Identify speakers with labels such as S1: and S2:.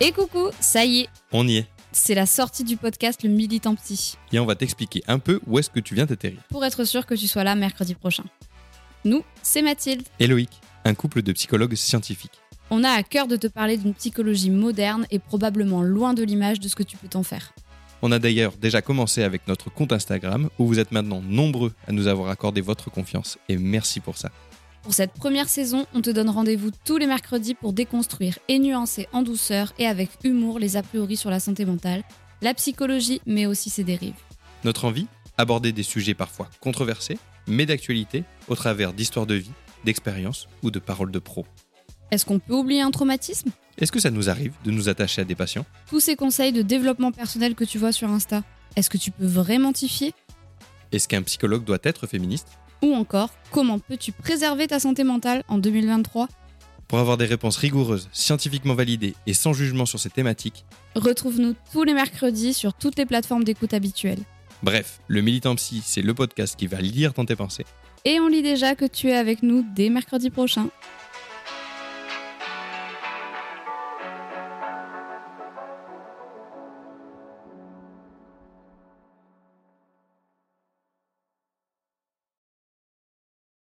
S1: Et coucou, ça y est,
S2: On y est.
S1: c'est la sortie du podcast Le Militant Petit,
S2: Et on va t'expliquer un peu où est-ce que tu viens t'atterrir.
S1: pour être sûr que tu sois là mercredi prochain. Nous, c'est Mathilde.
S2: Et Loïc, un couple de psychologues scientifiques.
S1: On a à cœur de te parler d'une psychologie moderne et probablement loin de l'image de ce que tu peux t'en faire.
S2: On a d'ailleurs déjà commencé avec notre compte Instagram où vous êtes maintenant nombreux à nous avoir accordé votre confiance et merci pour ça.
S1: Pour cette première saison, on te donne rendez-vous tous les mercredis pour déconstruire et nuancer en douceur et avec humour les a priori sur la santé mentale, la psychologie, mais aussi ses dérives.
S2: Notre envie Aborder des sujets parfois controversés, mais d'actualité, au travers d'histoires de vie, d'expériences ou de paroles de pro.
S1: Est-ce qu'on peut oublier un traumatisme
S2: Est-ce que ça nous arrive de nous attacher à des patients
S1: Tous ces conseils de développement personnel que tu vois sur Insta, est-ce que tu peux vraiment t'y fier
S2: Est-ce qu'un psychologue doit être féministe
S1: Ou encore, comment peux-tu préserver ta santé mentale en 2023
S2: Pour avoir des réponses rigoureuses, scientifiquement validées et sans jugement sur ces thématiques,
S1: Retrouve-nous tous les mercredis sur toutes les plateformes d'écoute habituelles.
S2: bref, le Militant Psy, c'est le podcast qui va lire dans tes pensées.
S1: Et on lit déjà que tu es avec nous dès mercredi prochain.